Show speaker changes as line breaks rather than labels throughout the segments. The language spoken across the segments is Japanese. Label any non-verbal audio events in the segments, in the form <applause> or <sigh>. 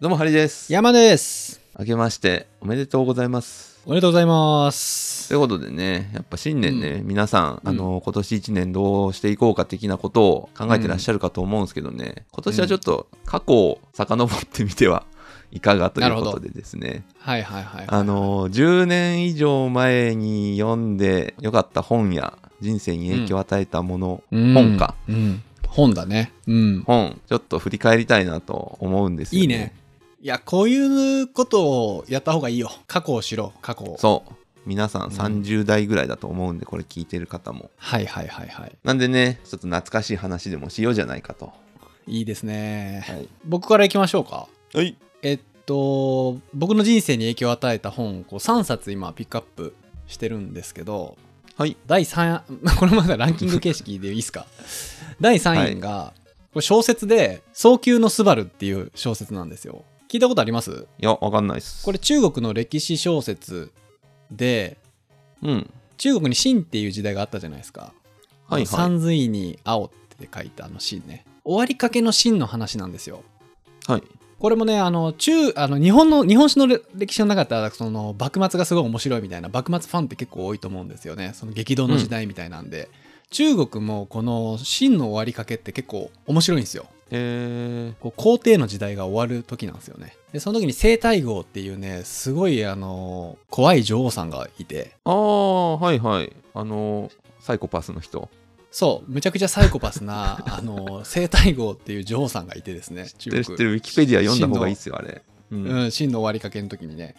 どうもハリです
山です。
明けましておめでとうございます
おめでとうございま
と
す
い。うことでねやっぱ新年ね、皆さんあの今年1年どうしていこうか的なことを考えてらっしゃるかと思うんですけどね、今年はちょっと過去を遡ってみてはい <laughs> かがということでですね
はいはいはい。
あの10年以上前に読んでよかった本や人生に影響を与えたもの、
うん
本か。
うん。本だね。うん。
本ちょっと振り返りたいなと思うんですよ
いいね。いや、こういうことをやった方がいいよ。過去を知ろう。過去を。
そう皆さん30代ぐらいだと思うんでこれ聞いてる方も
はいはいはいはい。
なんでねちょっと懐かしい話でもしようじゃないかと
いいですね。
はい、
僕から行きましょうか。
はい、
えっと、僕の人生に影響を与えた本をこう3冊今ピックアップしてるんですけど、
はい
第3 <laughs> これまだランキング形式でい
<laughs>
いですか第3位が、これ小説で「早急のスバルっていう小説なんですよ聞いたことあります
いやわかんないっす
これ中国の歴史小説で
うん
中国に秦っていう時代があったじゃないですか
はいはい
三髄に青って書いたあの秦ね終わりかけの秦の話なんですよ
はい
これもねあの中あの日本の日本史のれ歴史の中ではその幕末がすごい面白いみたいな幕末ファンって結構多いと思うんですよねその激動の時代みたいなんで、中国もこの秦の終わりかけって結構面白いんですよ
え
こう皇帝の時代が終わる時なんですよねでその時に西太后っていうねすごいあの怖い女王さんがいて
ー、ああはいはいあのーサイコパスの人
そうむちゃくちゃサイコパスなあの西太后っていう女王さんがいてですね
知っ
知
てる知ってるウィキペディア読んだ方がいいっすよあれうん、
うん、真の終わりかけの時にね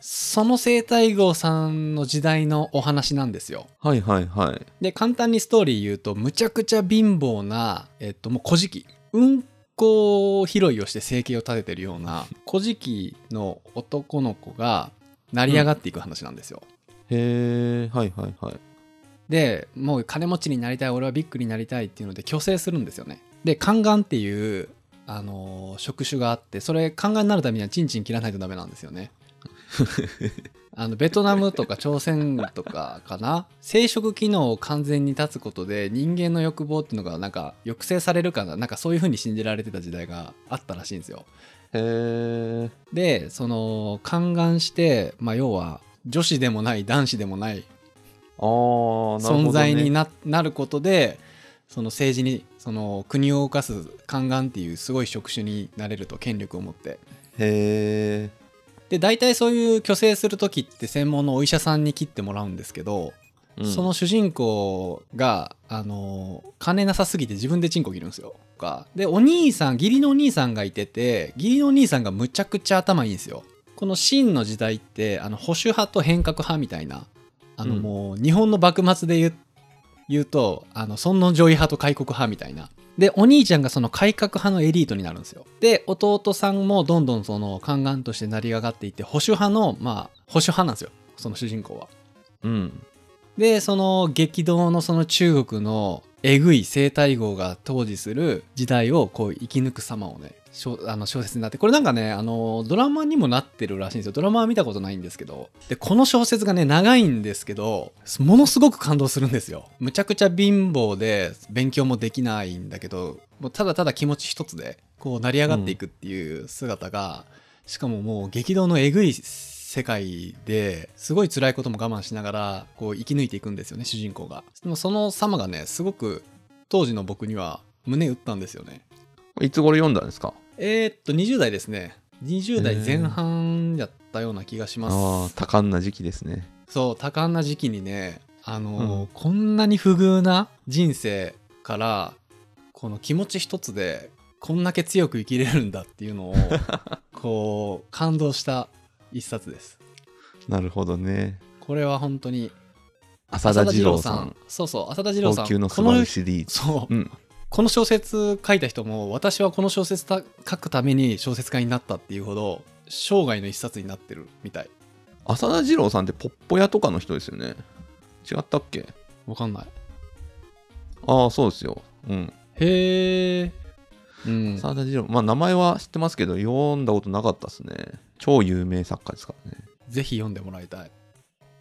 その生態号さんの時代のお話なんですよ
はいはいはい
で簡単にストーリー言うとむちゃくちゃ貧乏な、えっと、もう古事記うんこ拾いをして生計を立ててるような古事記の男の子が成り上がっていく話なんですよ、
へえはいはいはい
でもう金持ちになりたい俺はビッグになりたいっていうので虚勢するんですよねで宦官っていうあのー職種があってそれ宦官になるためにはチンチン切らないとダメなんですよねあのベトナムとか朝鮮とかかな生殖機能を完全に断つことで人間の欲望っていうのがなんか抑制されるかななんかそういう風に信じられてた時代があったらしいんですよ
へえ
でその宦官して、まあ、要は女子でもない男子でもない
あーなるほど、ね、
存在にな,、なることでその政治にその国を動かす宦官っていうすごい職種になれると権力を持って
へえ
で大体そういう虚勢する時って専門のお医者さんに切ってもらうんですけど、その主人公があの金なさすぎて自分でチンコ切るんですよかでお兄さん義理のお兄さんがいてて義理のお兄さんがむちゃくちゃ頭いいんですよこの秦の時代ってあの保守派と変革派みたいなあの、
うん
もう日本の幕末で言う言うとあの尊王攘夷派と開国派みたいなでお兄ちゃんがその改革派のエリートになるんですよで弟さんもどんどんその宦官として成り上がっていって保守派のまあ保守派なんですよその主人公は
うん
でその激動のその中国のえぐい生態号が当時する時代をこう生き抜く様をね小あの小説になってこれなんかねあのドラマにもなってるらしいんですよドラマは見たことないんですけどでこの小説がね長いんですけどものすごく感動するんですよむちゃくちゃ貧乏で勉強もできないんだけどもうただただ気持ち一つでこう成り上がっていくっていう姿が、しかももう激動のえぐい世界ですごい辛いことも我慢しながらこう生き抜いていくんですよね主人公がでもその様がねすごく当時の僕には胸打ったんですよね
いつ頃読んだんですか
えー、っと20代ですね20代前半やったような気がします、
ああ多感な時期ですね
そう多感な時期にねあのー
う
こんなに不遇な人生からこの気持ち一つでこんだけ強く生きれるんだっていうのをこう感動した一冊です
なるほどね
これは本当に
浅田次郎さ
浅田
ん
そうそう浅田次郎さ
高
ん
級のス
こ
バル
の
シリーズ
そう、
うん
この小説書いた人も私はこの小説た書くために小説家になったっていうほど生涯の一冊になってるみたい
浅田次郎さんってポッポ屋とかの人ですよね違ったっけ
わかんない
ああそうですようん
へえうん
浅田次郎まあ名前は知ってますけど読んだことなかったですね超有名作家ですからね
ぜひ読んでもらいたい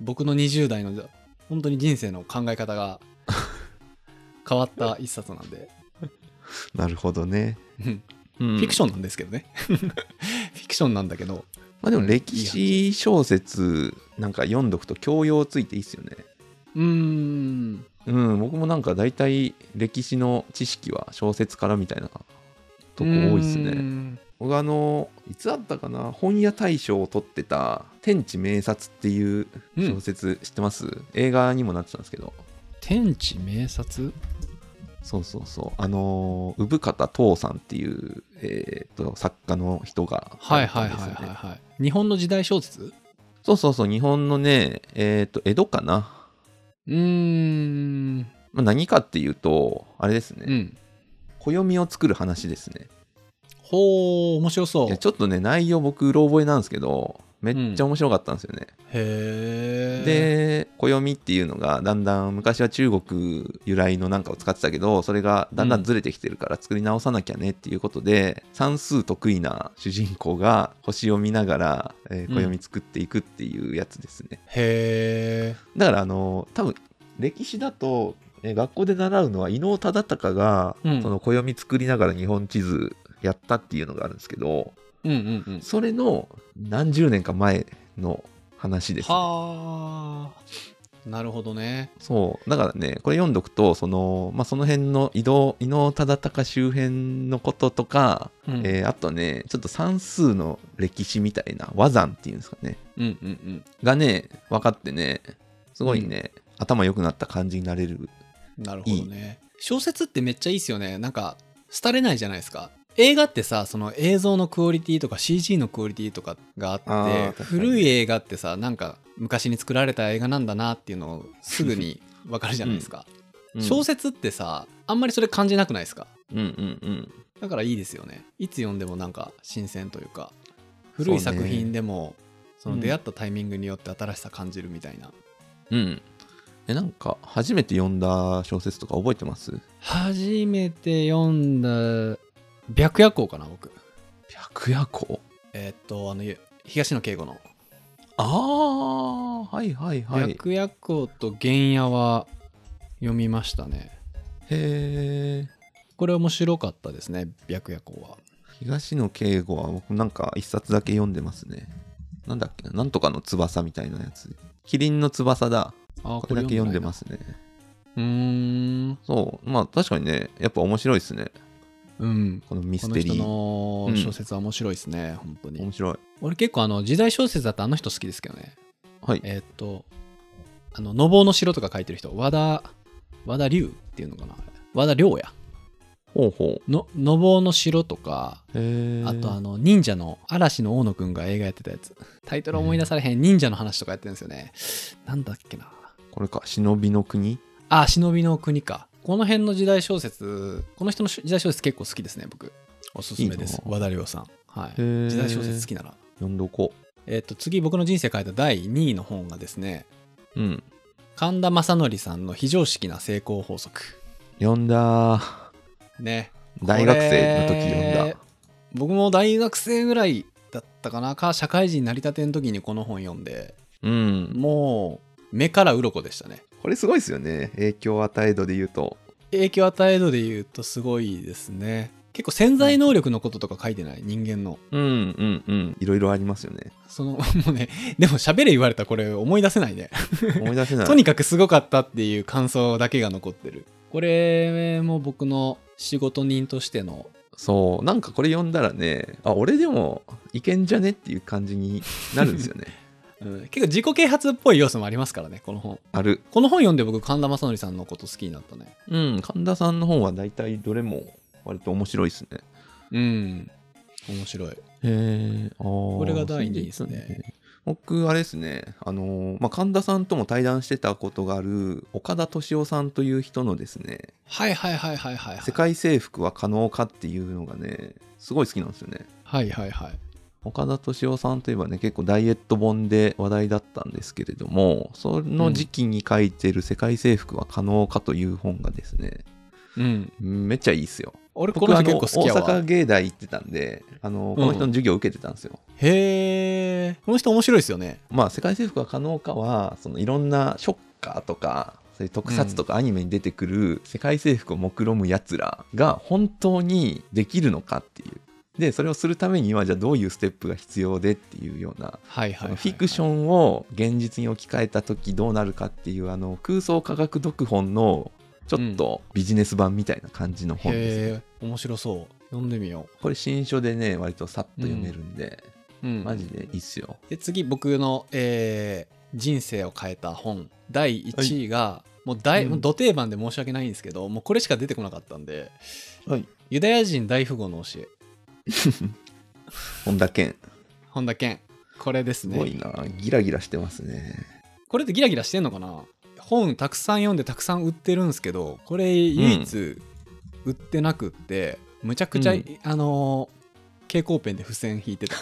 僕の20代の本当に人生の考え
<laughs>
方が変わった一冊なんで、
なるほどね
うん
フ
フィクシ
ョン
ョンなんですけどね <laughs> フィクションなんだけど
まあでも歴史小説なんか読んどくと教養ついていいっすよね。
うーん
うん、僕もなんか大体歴史の知識は小説からみたいなとこ多いっす
うー
ね。
ん
僕あの、いつあったかな本屋大賞を取ってた天地名察っていう小説知ってます、映画にもなってたんですけど。
天地明察
そうそうそう。あのー、産方父さんっていう、えーっと、作家の人が、
はいはいはいはい、はい日本の時代小説
そうそうそう、日本のね、えーっと、江戸かな。
うーん
まあ、何かっていうと、あれですね、
うん
暦を作る話ですね。
ほう面白そう
いや
へ
ちょっとね、内容僕、うろ覚えなんですけど、めっちゃ面白かったんですよね。
え
で、暦っていうのが、だんだん昔は中国由来のなんかを使ってたけど、それがだんだんずれてきてるから作り直さなきゃねっていうことで、算数得意な主人公が星を見ながら、えー
うん
暦作っていくっていうやつですね。
へえ
だから、あの、多分歴史だと、えー学校で習うのは伊能忠敬が、
うん
その暦作りながら日本地図やったっていうのがあるんですけど、
うんうんうん
それの何十年か前の話です、ね。
はあなるほどね
そう。だからね、これ読んどくと、その、まあ、その辺の移動、伊能忠敬周辺のこととか、
うん
えーあとね、ちょっと算数の歴史みたいな、和算っていうんですかね。
うんうんうん
がね、分かってね、すごいね、頭良くなった感じになれる。
なるほどね小説ってめっちゃいいっすよねなんか廃れないじゃないですか映画ってさその映像のクオリティとか CG のクオリティとか
あ
があ
ー
って
確かに
古い映画ってさなんか昔に作られた映画なんだなっていうのをす
<laughs>
ぐに分かるじゃないですか、
うん
小説ってさあんまりそれ感じなくないですか
うんうんうん。
だからいいですよねいつ読んでもなんか新鮮というか古い
そうね
作品でもそ,、
うん
の出会ったタイミングによって新しさ感じるみたいな、
うん。え、なんか、初めて読んだ小説とか覚えてます
初めて読んだ白夜行かな僕
白夜行
えーっとあのゆ東野圭吾の
ああ、はいはい
「
はい。へ
白夜行」と「原野」は読みましたね
え。
これ面白かったですね白夜行は
東野圭吾は僕なんか一冊だけ読んでますね。なんだっけななんとかの翼みたいなやつ。キリンの翼だ。
あー
これだけ読んでますすね。
うーん
そう。まあ確かにね、やっぱ面白いですね。
うん
このミ
こ
ス
の
テリ
人
ー。
の
うん
小説は面白いですね、本当に
面白い。
俺結構あの時代小説だとあの人好きですけどね
はい。
えーっと、あの、のぼうの城とか書いてる人、和田、和田龍っていうのかな和田龍や。
ほうほ
の、のぼうの城とか、
う。へえ。
あとあの、忍者の嵐の大野くんが映画やってたやつ。タイトル思い出されへん、忍者の話とかやってるんですよね。なんだっけな。
これか、忍びの国
あ、忍びの国か。この辺の時代小説、この人の時代小説結構好きですね、僕。おすすめです。
いいな
和田龍さん。はい。
へえ
時代小説好きなら。
読んどこ
えーっと、次、僕の人生書いた第2位の本がですね、
う。うん。
神田正則さんの非常識な成功法則。
読んだー。
ね。
大学生の時読んだ
こ。れ僕も大学生ぐらいだったかなか社会人なりたての時にこの本読んで
うん。
もう目から鱗でしたね
これすごいですよね。影響を与え度で言うと。
影響与え度で言うとすごいですね結構潜在能力のこととか書いてない人間の
うんうんうん。いろいろありますよね。
その <laughs> もうねでも喋れ言われたらこれ思い出せないね
思い出せない。
とにかくすごかったっていう感想だけが残ってるこれも僕の仕事人としての
そう、なんかこれ読んだらね、あ、俺でもいけんじゃねっていう感じになるんです <laughs> よね。
うん結構自己啓発っぽい要素もありますからねこの本
ある。
この本読んで僕神田正則さんのこと好きになったね
うん、神田さんの本は大体どれも割と面白いですね。
うん面白い
へえ、あこ
これが第二位ですね。
僕、あれですね、あのーまあ、神田さんとも対談してたことがある岡田敏夫さんという人のですね、
はいはいはいはいはいはい
世界征服は可能かっていうのがね、すごい好きなんですよね。
はいはいはい
岡田敏夫さんといえばね結構ダイエット本で話題だったんですけれどもその時期に書いてる「世界征服は可能か」という本がですね、
うん
めっちゃいいっすよ
俺こ
僕
の
あ
人
の
結
大
構好きやわ
阪芸大行ってたんであのこの人の授業を受けてたんですよ、
へえこの人面白いですよね
まあ「世界征服は可能かは」そのいろんなショッカーとかそういう特撮とかアニメに出てくる世界征服を目論むやつらが本当にできるのかっていうでそれをするためにはじゃあどういうステップが必要でっていうような
はい
そ
はいはいは
の
い
フィクションを現実に置き換えた時どうなるかっていうあの空想科学読本のちょっとビジネス版みたいな感じの本ですね、
へえ面白そう読んでみよ
これ新書でね割とさっと読めるんで、
う、うん、
マジでいいっすよ
で次僕の、えー人生を変えた本第1位が、もう
う
大、
ん
もうど定番で申し訳ないんですけどもうこれしか出てこなかったんで
はい
「ユダヤ人大富豪の教え
本田健」
本田健これです
す
ね
ごいなギラギラしてますね
これってギラギラしてんのかな本たくさん読んでたくさん売ってるんですけどこれ唯一売ってなくって、むちゃくちゃ、
うん
あのー蛍光ペンで付箋引い <laughs> てた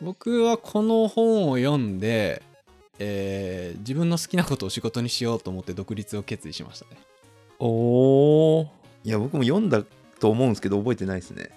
僕はこの本を読んで、えー自分の好きなことを仕事にしようと思って独立を決意しましたね
おおいや僕も読んだと思うんですけど覚えてないですね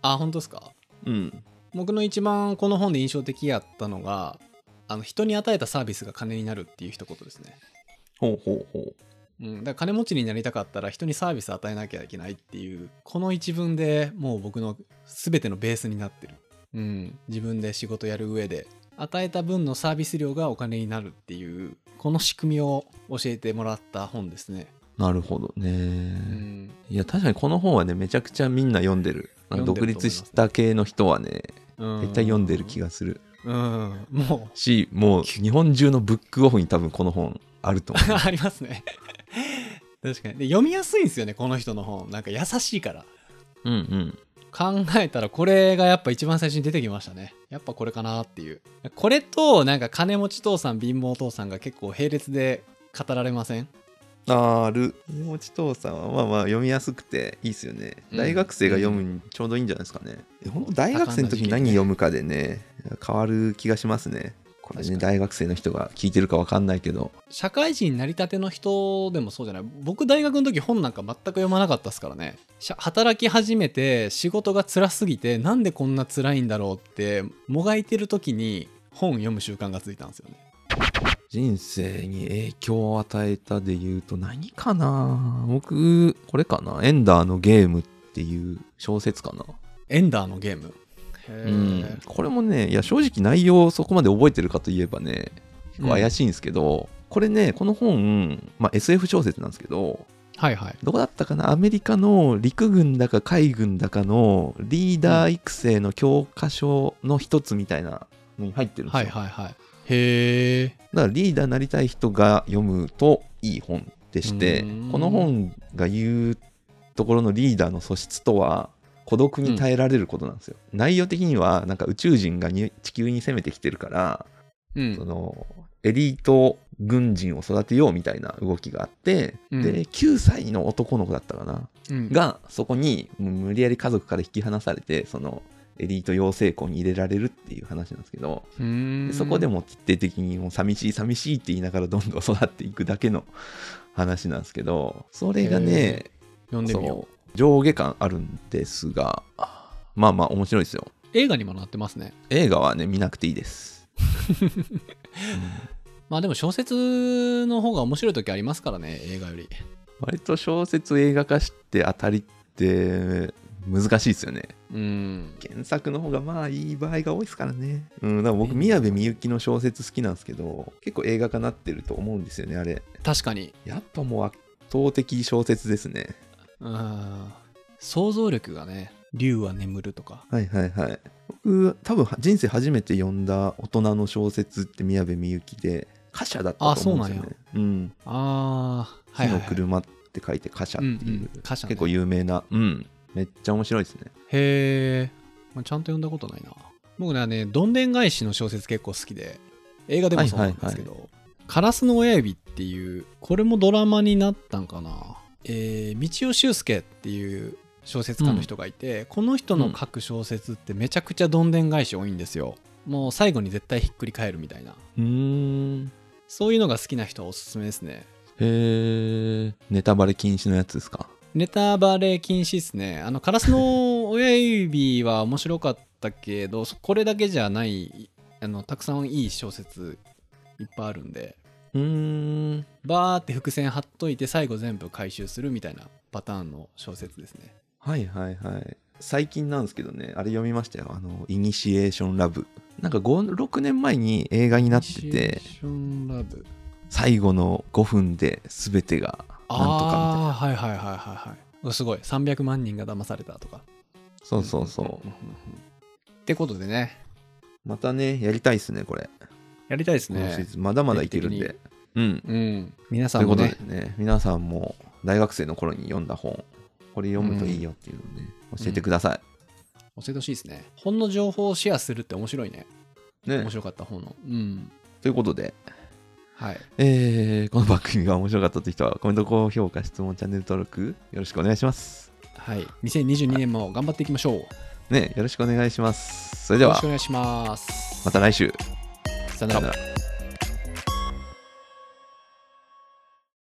あ本当ですか
うん
僕の一番この本で印象的やったのがあの人に与えたサービスが金になるっていう一言ですね
ほうほうほう
うん、だから金持ちになりたかったら人にサービス与えなきゃいけないっていうこの一文でもう僕の全てのベースになってる、うん、自分で仕事やる上で与えた分のサービス量がお金になるっていうこの仕組みを教えてもらった本ですね、
なるほどね、
うん、
いや確かにこの本はねめちゃくちゃみんな読んでるなんか
読ん
独
でると思います
立した系の人はね
うん
絶対読んでる気がする
うんもう
しもう日本中のブックオフに多分この本あると思う
<laughs> ありますね確かにで読みやすいんですよねこの人の本なんか優しいから
<laughs> うんうん
考えたらこれがやっぱ一番最初に出てきましたねやっぱこれかなっていうこれとなんか金持ち父さん貧乏父さんが結構並列で語られません
あるもち父さんはまあまあ読みやすくていいですよね、
うん
大学生が読むにちょうどいいんじゃないですかね本当大学生の時に何読むかでね変わる気がしますねこれ
確か
ね
に
大学生の人が聞いてるか分かんないけど
社会人になりたての人でもそうじゃない僕大学の時本なんか全く読まなかったですからねしゃ働き始めて仕事が辛すぎてなんでこんな辛いんだろうってもがいてる時に本読む習慣がついたんですよね
人生に影響を与えたで言うと何かな僕これかなエンダーのゲームっていう小説かな
エンダーのゲームへ
う
え
んこれもねいや正直内容をそこまで覚えてるかといえばね結構怪しいんですけど、これねこの本、まあ、SF 小説なんですけど
はいはい
どこだったかなアメリカの陸軍だか海軍だかのリーダー育成の教科書の一つみたいなのに入ってるんですよ、
はいはいはいへえ
だからリーダーになりたい人が読むといい本でして
うん
この本が言うところのリーダーの素質とは孤独に耐えられることなんですよ、内容的にはなんか宇宙人がに地球に攻めてきてるから、
うん
そのエリート軍人を育てようみたいな動きがあって、
うん
で9歳の男の子だったかな
うん
がそこにもう無理やり家族から引き離されてそのエリート養成校に入れられるっていう話なんですけど、
うーん
でそこでも徹底的にもう寂しい寂しいって言いながらどんどん育っていくだけの話なんですけどそれがね
読んでみよ
そう上下感あるんですがまあまあ面白いですよ
う映画にもなってますね
映画はね見なくていいです
まあでも小説の方が面白い時ありますからね映画より
割と小説を映画化して当たりって難しいですよね
うん
原作の方がまあいい場合が多いですからねうんだから僕宮部みゆきの小説好きなんですけど結構映画化なってると思うんですよねあれ
確かに
やっぱもう圧倒的小説ですね
うん想像力がね「竜は眠る」とか
はいはいはい僕多分人生初めて読んだ大人の小説って宮部みゆきで貨車だったと思うんですよねうん
ああ
火の車って書いて貨車っていう、
うんうん貨車ね
結構有名なうんめっちゃ面白いですね
へえ、まあ、ちゃんと読んだことないな僕ねねどんでん返しの小説結構好きで映画でもそうなんですけど「カラスの親指」っていうこれもドラマになったんかなえー、道尾修介っていう小説家の人がいて、この人の書く小説ってめちゃくちゃどんでん返し多いんですよもう最後に絶対ひっくり返るみたいな
うん
そういうのが好きな人はおすすめですね
へえネタバレ禁止のやつですか
ネタバレ禁止ですね。あの、カラスの親指は面白かったけど、そこれだけじゃない、あの、たくさんいい小説いっぱいあるんで、
うーん
バーって伏線貼っといて、最後全部回収するみたいなパターンの小説ですね。
はいはいはい。最近なんですけどね、あれ読みましたよ。あの、イニシエーションラブ。なんか5、6年前に映画になって
イニシエー
て、
ションラブ
最後の5分で全てがなんとかみたいな。
ああーはいはいはいはいはいおすごい300万人が騙されたとか
そうそうそう。
んんんうんってことでね
またね、やりたいっすね、これ。
やりたいです
このシ
ね
ーズンまだまだいけるん
定期
で。うん。
うん皆
と
さ
い
ん
うこ
も
と
ね
でね、皆さんも大学生の頃に読んだ本、これ読むといいよっていうので、教えてくださ
教えてほしいですね本の情報をシェアするって面白いね
い。ね
面。白かった本のうん
ということで、
はい
えーこの番組が面白かったという人は、コメント、高評価、質問、チャンネル登録、よろしくお願いします。
はい2022年も頑張っていきましょうよ
ね、よろしくお願いします。それで
ろし
は
くお、願いします
また来週。
さよ
さよ
なら
なら